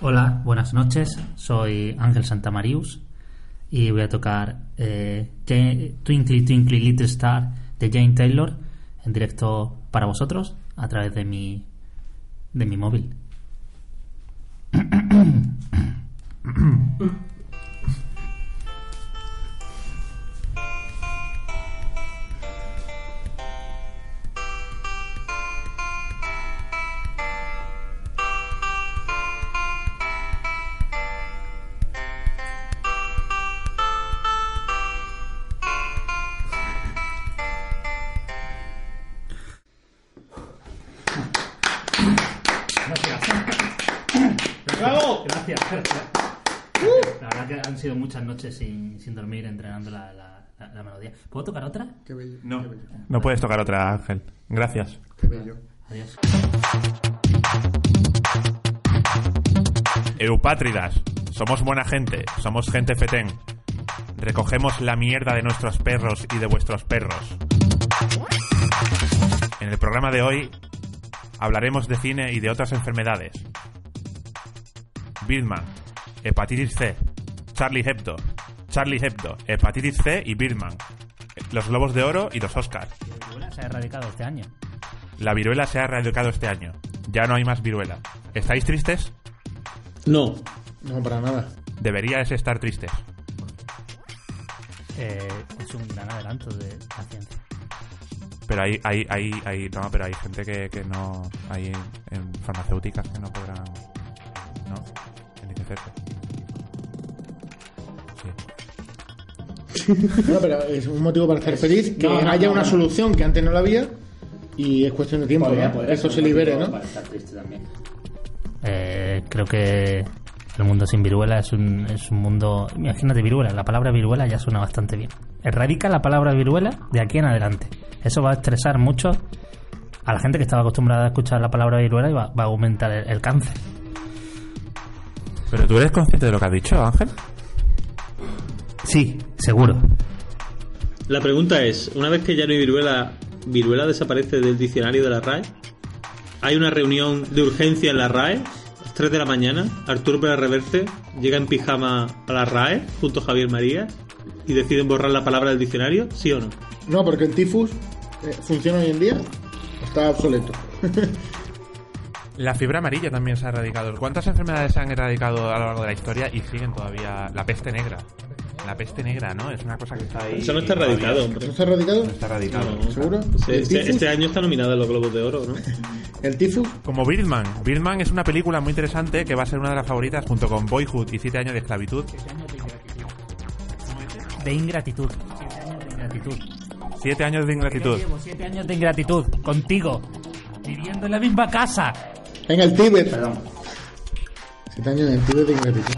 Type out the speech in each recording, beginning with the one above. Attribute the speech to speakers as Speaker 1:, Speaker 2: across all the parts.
Speaker 1: Hola, buenas noches. Soy Ángel Santamarius y voy a tocar eh, Twinkly Twinkly Little Star de Jane Taylor en directo para vosotros a través de mi, de mi móvil.
Speaker 2: ¡Bravo!
Speaker 1: Gracias. La verdad que han sido muchas noches sin, sin dormir entrenando la, la- la- la melodía. ¿Puedo tocar otra?
Speaker 3: Qué bello.
Speaker 2: No.
Speaker 3: Qué bello.
Speaker 4: No puedes tocar otra, Ángel. Gracias.
Speaker 3: Qué bello.
Speaker 1: Adiós.
Speaker 4: Eupátridas, somos buena gente, somos gente fetén. Recogemos la mierda de nuestros perros y de vuestros perros. En el programa de hoy hablaremos de cine y de otras enfermedades. Birdman, hepatitis C, Charlie Hebdo, Charlie Hebdo, hepatitis C y Birdman. Los Globos de Oro y los Oscars.
Speaker 1: La viruela se ha erradicado este año.
Speaker 4: La viruela se ha erradicado este año. Ya no hay más viruela. ¿Estáis tristes?
Speaker 2: No.
Speaker 3: No, para nada.
Speaker 4: Deberíais estar tristes.
Speaker 1: Eh, es un gran adelanto de la ciencia.
Speaker 4: Pero hay, hay, hay, hay, no, pero hay gente que, que no, hay en farmacéuticas que no podrán, no, enriquecerse. Sí.
Speaker 3: Bueno, pero es un motivo para estar feliz que
Speaker 2: No, no,
Speaker 3: haya
Speaker 2: no,
Speaker 3: una
Speaker 2: no.
Speaker 3: solución que antes no la había y es cuestión de tiempo.
Speaker 2: Podría-
Speaker 3: ¿no?
Speaker 2: podría
Speaker 3: Eso
Speaker 2: ser
Speaker 3: se
Speaker 2: un
Speaker 3: libere,
Speaker 2: motivo
Speaker 3: ¿no?
Speaker 2: para estar triste también.
Speaker 1: Eh, creo que el mundo sin viruela es un, es un mundo... Imagínate viruela, la palabra viruela ya suena bastante bien. Erradica la palabra viruela de aquí en adelante. Eso va a estresar mucho a la gente que estaba acostumbrada a escuchar la palabra viruela y va, va a aumentar el, el cáncer.
Speaker 4: Pero tú eres consciente de lo que has dicho, Ángel.
Speaker 1: Sí, seguro.
Speaker 5: La pregunta es, una vez que ya no hay viruela, ¿viruela desaparece del diccionario de la RAE? ¿Hay una reunión de urgencia en la RAE? Las 3 de la mañana, Arturo Pérez Reverte llega en pijama a la RAE junto a Javier María y deciden borrar la palabra del diccionario, ¿sí o no?
Speaker 3: No, porque el tifus eh, funciona hoy en día. Está obsoleto.
Speaker 4: La fibra amarilla también se ha erradicado. ¿Cuántas enfermedades se han erradicado a lo largo de la historia y siguen todavía? La peste negra. La peste negra, ¿no? Es una cosa que está ahí.
Speaker 5: Eso no está
Speaker 4: y todavía-
Speaker 5: erradicado, hombre.
Speaker 3: ¿No está erradicado?
Speaker 4: No está erradicado.
Speaker 5: No.
Speaker 3: ¿Seguro?
Speaker 5: Se-
Speaker 3: ¿El
Speaker 5: se-
Speaker 3: tifus?
Speaker 5: este año está nominada a los Globos de Oro, ¿no?
Speaker 3: ¿El tifus?
Speaker 4: Como Birdman. Birdman es una película muy interesante que va a ser una de las favoritas junto con Boyhood y Siete años de esclavitud.
Speaker 1: De ingratitud. Siete años de ingratitud.
Speaker 4: Siete años de ingratitud.
Speaker 1: Llevo siete años de ingratitud contigo, viviendo en la misma casa.
Speaker 3: En el Tíbet.
Speaker 2: Perdón.
Speaker 3: Siete años en el Tíbet de ingratitud.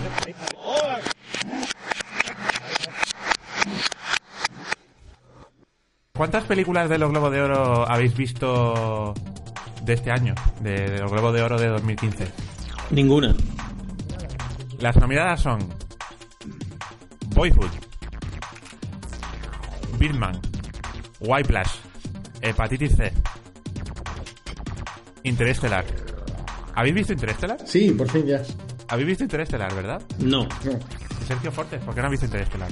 Speaker 4: ¿Cuántas películas de los Globos de Oro habéis visto de este año? De, de los Globos de Oro de 2015.
Speaker 5: Ninguna.
Speaker 4: Las nominadas son Boyhood, Birdman, Whiplash, Hepatitis C, Interestelar. ¿Habéis visto Interestelar?
Speaker 3: Sí, por fin ya.
Speaker 4: ¿Habéis visto Interestelar, verdad?
Speaker 5: No.
Speaker 3: No,
Speaker 4: Sergio Fortes, ¿por qué no has visto Interestelar?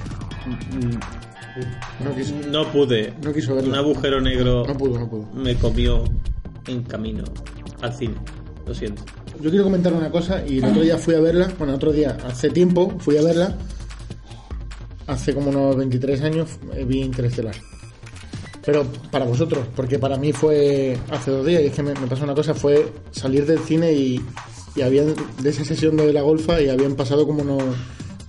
Speaker 3: no quiso.
Speaker 5: No pude.
Speaker 3: No quiso verla.
Speaker 5: Un agujero negro
Speaker 3: No pudo, no pudo.
Speaker 5: me comió en camino al cine. Lo siento.
Speaker 3: Yo quiero comentar una cosa y el otro día fui a verla, bueno, otro día, hace tiempo fui a verla, hace como unos 23 años eh, vi Interestelar. Pero para vosotros, porque para mí fue hace dos días y es que me, me pasó una cosa, fue salir del cine y, y habían, de esa sesión de la golfa y habían pasado como unos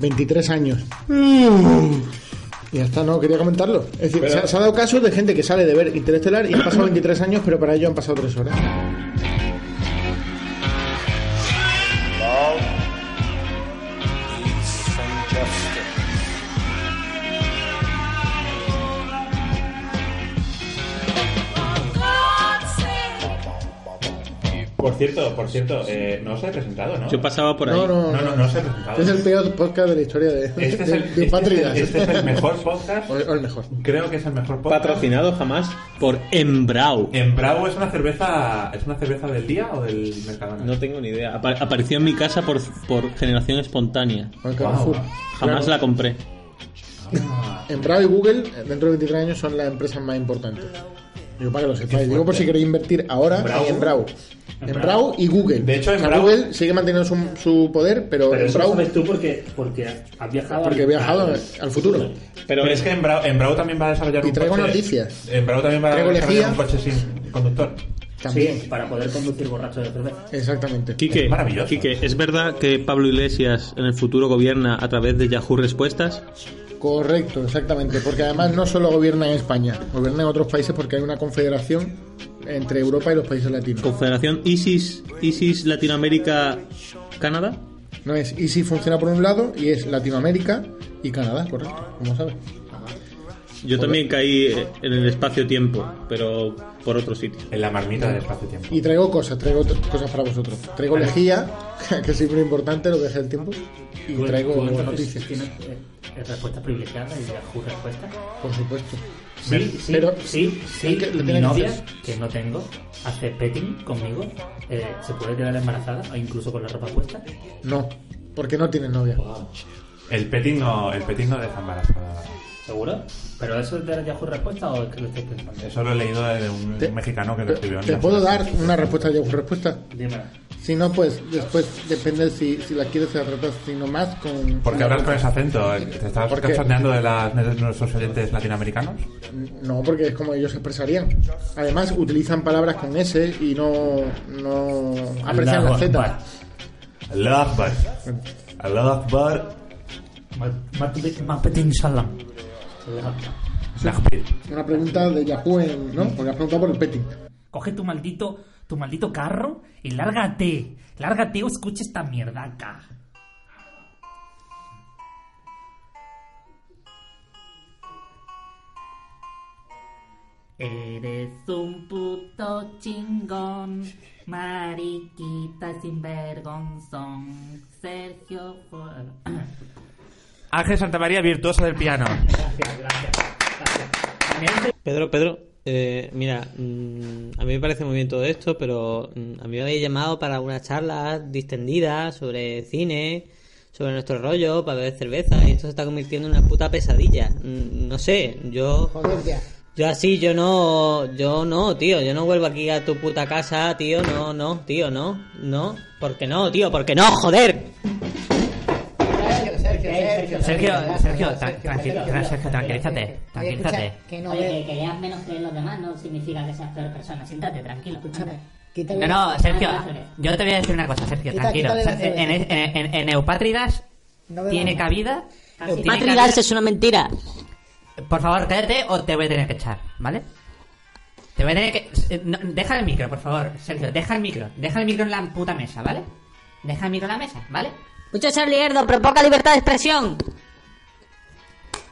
Speaker 3: 23 años. Y ya está, no, quería comentarlo. Es decir, se, ha- se ha dado caso de gente que sale de ver Interestelar y han pasado 23 años, pero para ello han pasado 3 horas.
Speaker 6: love, peace, and justice.
Speaker 7: For God's sake,
Speaker 3: Por
Speaker 4: cierto, por cierto, eh, no os he presentado, ¿no?
Speaker 5: Yo pasaba por ahí.
Speaker 3: No, no,
Speaker 4: No, no, no os he presentado.
Speaker 3: Es el peor podcast de la historia de,
Speaker 4: Este es
Speaker 3: de-
Speaker 4: el,
Speaker 3: de
Speaker 4: este es el-
Speaker 3: Patridas.
Speaker 4: este es el mejor podcast.
Speaker 3: O, o el mejor.
Speaker 4: Creo que es el mejor podcast.
Speaker 5: Patrocinado jamás por Embrau.
Speaker 4: Em- Embrau es una cerveza. ¿Es una cerveza del día o del Mercadona?
Speaker 5: No tengo ni idea. Apa- apareció en mi casa por, por generación espontánea.
Speaker 3: O el Carrefour.
Speaker 5: Jamás
Speaker 3: Claro.
Speaker 5: la compré.
Speaker 4: Ah,
Speaker 3: En Bravo y Google, eh, dentro de 23 años, son las empresas más importantes. Digo, para que lo sepáis. Digo, por si queréis invertir ahora
Speaker 4: Bravo.
Speaker 3: en Bravo. En Bravo y Google.
Speaker 4: De hecho, en
Speaker 3: O sea,
Speaker 4: Bravo-
Speaker 3: Google sigue manteniendo su, su poder, pero,
Speaker 2: Pero
Speaker 3: en
Speaker 2: eso lo
Speaker 3: Bravo,
Speaker 2: sabes tú porque, porque has viajado.
Speaker 3: porque he viajado
Speaker 2: al-
Speaker 3: al futuro.
Speaker 5: Pero
Speaker 4: Pero es que Embrau, Embrau también va a desarrollar
Speaker 3: Y
Speaker 4: un
Speaker 3: traigo
Speaker 4: coche-
Speaker 3: noticias.
Speaker 4: Embrau también va a
Speaker 3: Traigo
Speaker 4: desarrollar
Speaker 3: lejía.
Speaker 4: un coche sin conductor.
Speaker 3: También.
Speaker 2: Sí, para poder conducir borracho de cerveza.
Speaker 3: Exactamente.
Speaker 5: Quique,
Speaker 4: Es maravilloso.
Speaker 5: Quique, ¿es verdad que Pablo Iglesias en el futuro gobierna a través de Yahoo Respuestas?
Speaker 3: Correcto, exactamente. Porque además no solo gobierna en España, gobierna en otros países porque hay una confederación entre Europa y los países latinos.
Speaker 5: Confederación ISIS, ISIS Latinoamérica, Canadá.
Speaker 3: No es y si funciona por un lado y es Latinoamérica y Canadá, correcto, como sabes.
Speaker 5: Yo también caí eh, en el espacio-tiempo, pero por otro sitio.
Speaker 4: En la marmita del espacio-tiempo.
Speaker 3: Y traigo cosas, traigo tr- cosas para vosotros. Traigo lejía, que es siempre importante lo que es el tiempo, y
Speaker 2: Tú- tú
Speaker 3: traigo
Speaker 2: entonces
Speaker 3: noticias,
Speaker 2: Tienes eh, eh, respuesta privilegiada y Yahoo respuesta.
Speaker 3: por supuesto.
Speaker 2: Sí, sí,
Speaker 3: pero-
Speaker 2: sí, sí.
Speaker 3: es que le
Speaker 2: Mi
Speaker 3: tiene que
Speaker 2: novia,
Speaker 3: hacer.
Speaker 2: que no tengo, hace petting conmigo. eh, se puede quedar embarazada o incluso con la ropa puesta.
Speaker 3: No, porque no tienes novia.
Speaker 2: Wow.
Speaker 4: El petting no, el petting no deja embarazada.
Speaker 2: ¿Seguro? ¿Pero eso es de la Yahoo respuesta o es que lo estáis pensando?
Speaker 4: Eso lo he leído de un
Speaker 3: Te-
Speaker 4: mexicano que lo
Speaker 3: Te,
Speaker 4: escribió. en
Speaker 3: te
Speaker 4: la-
Speaker 3: puedo dar una respuesta ya respuesta.
Speaker 2: Dímelo.
Speaker 3: Si no, pues después depende si, si la quieres tratar, si no más con...
Speaker 4: ¿Por qué hablas con ese acento? Eh, ¿Te estás
Speaker 3: ¿Por qué?
Speaker 4: cachondeando de, las- de nuestros oyentes latinoamericanos?
Speaker 3: No, porque es como ellos se expresarían. Además, utilizan palabras con S y no, no aprecian la
Speaker 2: Allahu
Speaker 3: Z.
Speaker 2: Akbar.
Speaker 4: Allah Akbar. Allah Akbar.
Speaker 2: Ma- ma- ma- petting salam.
Speaker 4: Lahbir.
Speaker 3: Una pregunta de Yahoo, en- ¿no? Porque has preguntado por el petting.
Speaker 2: Coge tu maldito, tu maldito carro y lárgate. Lárgate o escucha esta mierda acá. Eh, Eres un puto chingón, mariquita sin vergonzón, Sergio. Fue-
Speaker 4: Ángel Santamaría, virtuoso del piano.
Speaker 2: Gracias, gracias. gracias. En este
Speaker 7: Pedro, Pedro, eh, mira, mm, a mí me parece muy bien todo esto, pero mm, a mí me habéis llamado para unas charlas distendidas sobre cine, sobre nuestro rollo, para beber cerveza, y esto se está convirtiendo en una puta pesadilla. Mm, no sé, yo... Yo así, yo no, yo no, tío, yo no vuelvo aquí a tu puta casa, tío, no, no, tío, no, no, porque no, tío, porque no, joder.
Speaker 8: Sergio,
Speaker 9: Sergio, Sergio,
Speaker 8: Sergio,
Speaker 9: tra-
Speaker 8: Sergio,
Speaker 9: tranquilo,
Speaker 8: Sergio,
Speaker 9: tra- Sergio,
Speaker 8: Oye,
Speaker 9: tranquilízate,
Speaker 8: escucha,
Speaker 9: tranquilízate.
Speaker 8: Que no,
Speaker 10: Oye, que,
Speaker 8: oye,
Speaker 10: que leas menos que los demás no significa que seas peor persona. Siéntate, tranquilo.
Speaker 8: escúchame.
Speaker 10: anda.
Speaker 8: Quítale.
Speaker 9: No, no, Sergio,
Speaker 10: Ah, vale.
Speaker 9: yo te voy a decir una cosa, Sergio,
Speaker 8: Quita-
Speaker 9: tranquilo.
Speaker 8: quítale la
Speaker 9: En, en, en- en Eupátridas
Speaker 8: No bebas
Speaker 9: tiene
Speaker 8: más.
Speaker 9: cabida. tiene
Speaker 10: Patriarse es una mentira.
Speaker 9: cabida. Por favor, cállate o te voy a tener que echar, ¿vale? Te voy a tener que. eh, no, deja el micro, por favor, Sergio, deja el micro. Deja el micro en la puta mesa, ¿vale? Deja el micro en la mesa, ¿vale?
Speaker 10: Mucho ser lierdo, pero poca libertad de expresión.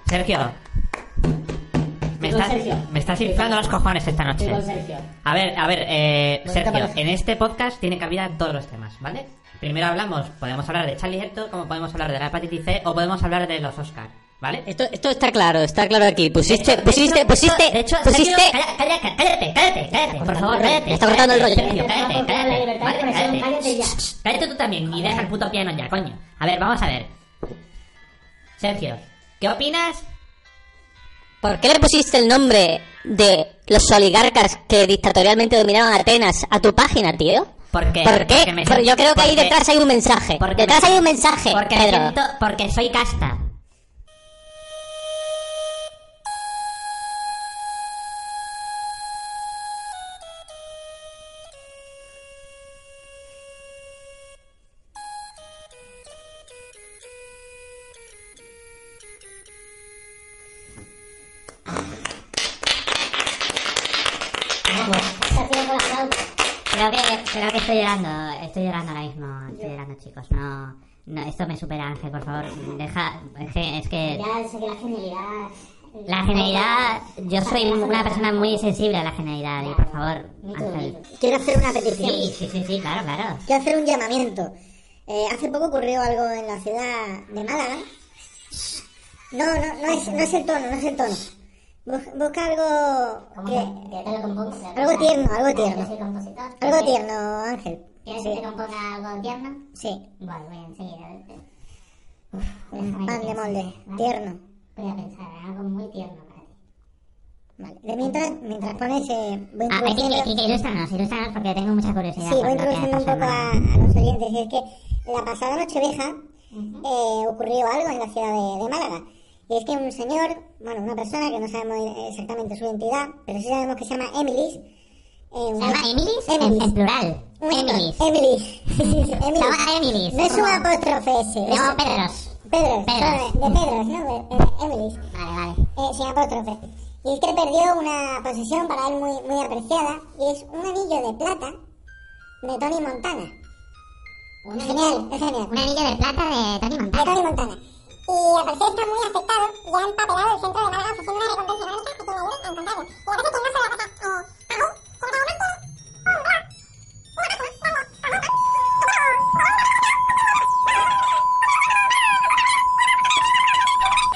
Speaker 9: Sergio. Me
Speaker 10: Perdón,
Speaker 9: estás,
Speaker 10: Sergio.
Speaker 9: me estás inflando los cojones esta noche.
Speaker 10: Estoy con Sergio.
Speaker 9: A ver, a ver, eh,
Speaker 8: No te
Speaker 9: Sergio,
Speaker 8: parece.
Speaker 9: en este podcast tiene cabida todos los temas, ¿vale? Primero hablamos, podemos hablar de Charlie Hebdo, como podemos hablar de la hepatitis C, o podemos hablar de los Oscars, ¿vale?
Speaker 10: Esto, esto está claro, está claro aquí. Pusiste, pusiste, pusiste,
Speaker 9: De hecho,
Speaker 10: pusiste.
Speaker 9: Sergio, calla- calla- cállate, cállate, cállate, por favor, cállate.
Speaker 10: me está cortando el rollo.
Speaker 9: Sergio, cállate,
Speaker 10: Vamos a la
Speaker 9: cállate,
Speaker 10: libertad
Speaker 9: vale,
Speaker 10: de expresión,
Speaker 9: cállate.
Speaker 10: cállate ya.
Speaker 9: Shh, cállate tú también y deja el puto piano ya, coño. A ver, vamos a ver. Sergio, ¿qué opinas
Speaker 10: ¿Por qué le pusiste el nombre de los oligarcas que dictatorialmente dominaban Atenas a tu página, tío?
Speaker 9: Porque-
Speaker 10: ¿Por qué?
Speaker 9: porque me-
Speaker 10: Por- yo creo que ahí
Speaker 9: porque-
Speaker 10: detrás hay un mensaje.
Speaker 9: porque
Speaker 10: detrás
Speaker 9: me-
Speaker 10: hay un mensaje,
Speaker 9: Porque
Speaker 10: Pedro.
Speaker 9: siento- porque soy casta.
Speaker 10: Creo que, creo que estoy llorando, estoy llorando ahora mismo, estoy llorando chicos, no, no, esto me supera Ángel, por favor, deja, es que, es que...
Speaker 11: Ya sé que la genialidad
Speaker 9: La genialidad, yo soy una persona muy sensible a la genialidad y por favor, Ángel.
Speaker 11: Quiero hacer una petición.
Speaker 9: Sí, sí, sí, sí, claro, claro.
Speaker 11: Quiero hacer un llamamiento. Eh, hace poco ocurrió algo en la ciudad de Málaga. No, no, no es, no es el tono, no es el tono. Bus- Busca algo que-
Speaker 9: Yo te lo compongo.
Speaker 11: algo tierno, algo
Speaker 9: Yo
Speaker 11: tierno.
Speaker 9: soy compositor.
Speaker 11: Algo tierno, Ángel.
Speaker 9: ¿Quieres que te componga algo tierno?
Speaker 11: Sí,
Speaker 9: Vale, voy enseguida.
Speaker 11: un pan de molde, tierno.
Speaker 9: Voy a pensar en algo muy tierno para ti.
Speaker 11: Vale. De mientras, mientras pones, eh, voy
Speaker 9: Ah, sí,
Speaker 11: introduciendo-
Speaker 9: que, que, que ilústranos, ilústranos porque tengo mucha curiosidad.
Speaker 11: Sí,
Speaker 9: por
Speaker 11: voy
Speaker 9: lo que has
Speaker 11: introduciendo un poco a,
Speaker 9: pasado.
Speaker 11: a los oyentes. Y es que la pasada Nochevieja eh, ocurrió algo en la ciudad de, de Málaga. Y es que un señor, bueno, una persona que no sabemos exactamente su identidad, pero sí sabemos que se llama Emilis.
Speaker 9: ¿Se llama Emilis? En, en
Speaker 11: Emilis.
Speaker 9: plural.
Speaker 11: Una-
Speaker 9: Emilis.
Speaker 11: Emilis. Sí, sí, sí,
Speaker 9: Se
Speaker 11: Emilis.
Speaker 9: llama Emilis.
Speaker 11: No es un
Speaker 9: como-
Speaker 11: apóstrofe ese. es-
Speaker 9: No, Pedros.
Speaker 11: Pedro,
Speaker 9: Pedros.
Speaker 11: sorry, de Pedros, ¿no? De- de Emilis.
Speaker 9: Vale, vale.
Speaker 11: Eh, sin apóstrofe. Y es que perdió una posesión para él muy, muy apreciada, y es un anillo de plata de Tony Montana. Genial, es genial.
Speaker 9: Un anillo de plata de Tony
Speaker 11: De
Speaker 9: Montana.
Speaker 11: Tony Montana. Y al parecer está muy afectado y han papelado el centro de Málaga ofreciendo una recompensa económica a quien le ayude a encontrarlo. Y parece que no se va a pasar. Eh, ¿Aún? ¿Se lo momento?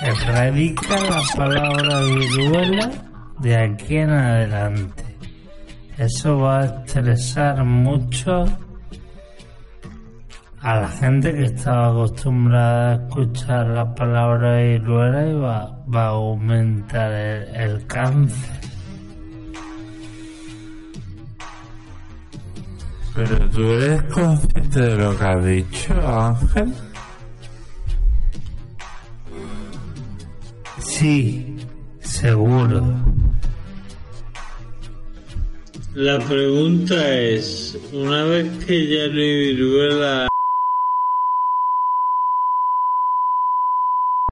Speaker 1: Erradica la palabra viruela de aquí en adelante. Eso va a estresar mucho a la gente que estaba acostumbrada a escuchar la palabra viruela y va, va a aumentar el, el cáncer.
Speaker 4: Pero tú eres consciente de lo que has dicho, Ángel.
Speaker 1: Sí, seguro.
Speaker 5: La pregunta es, una vez que ya no hay viruela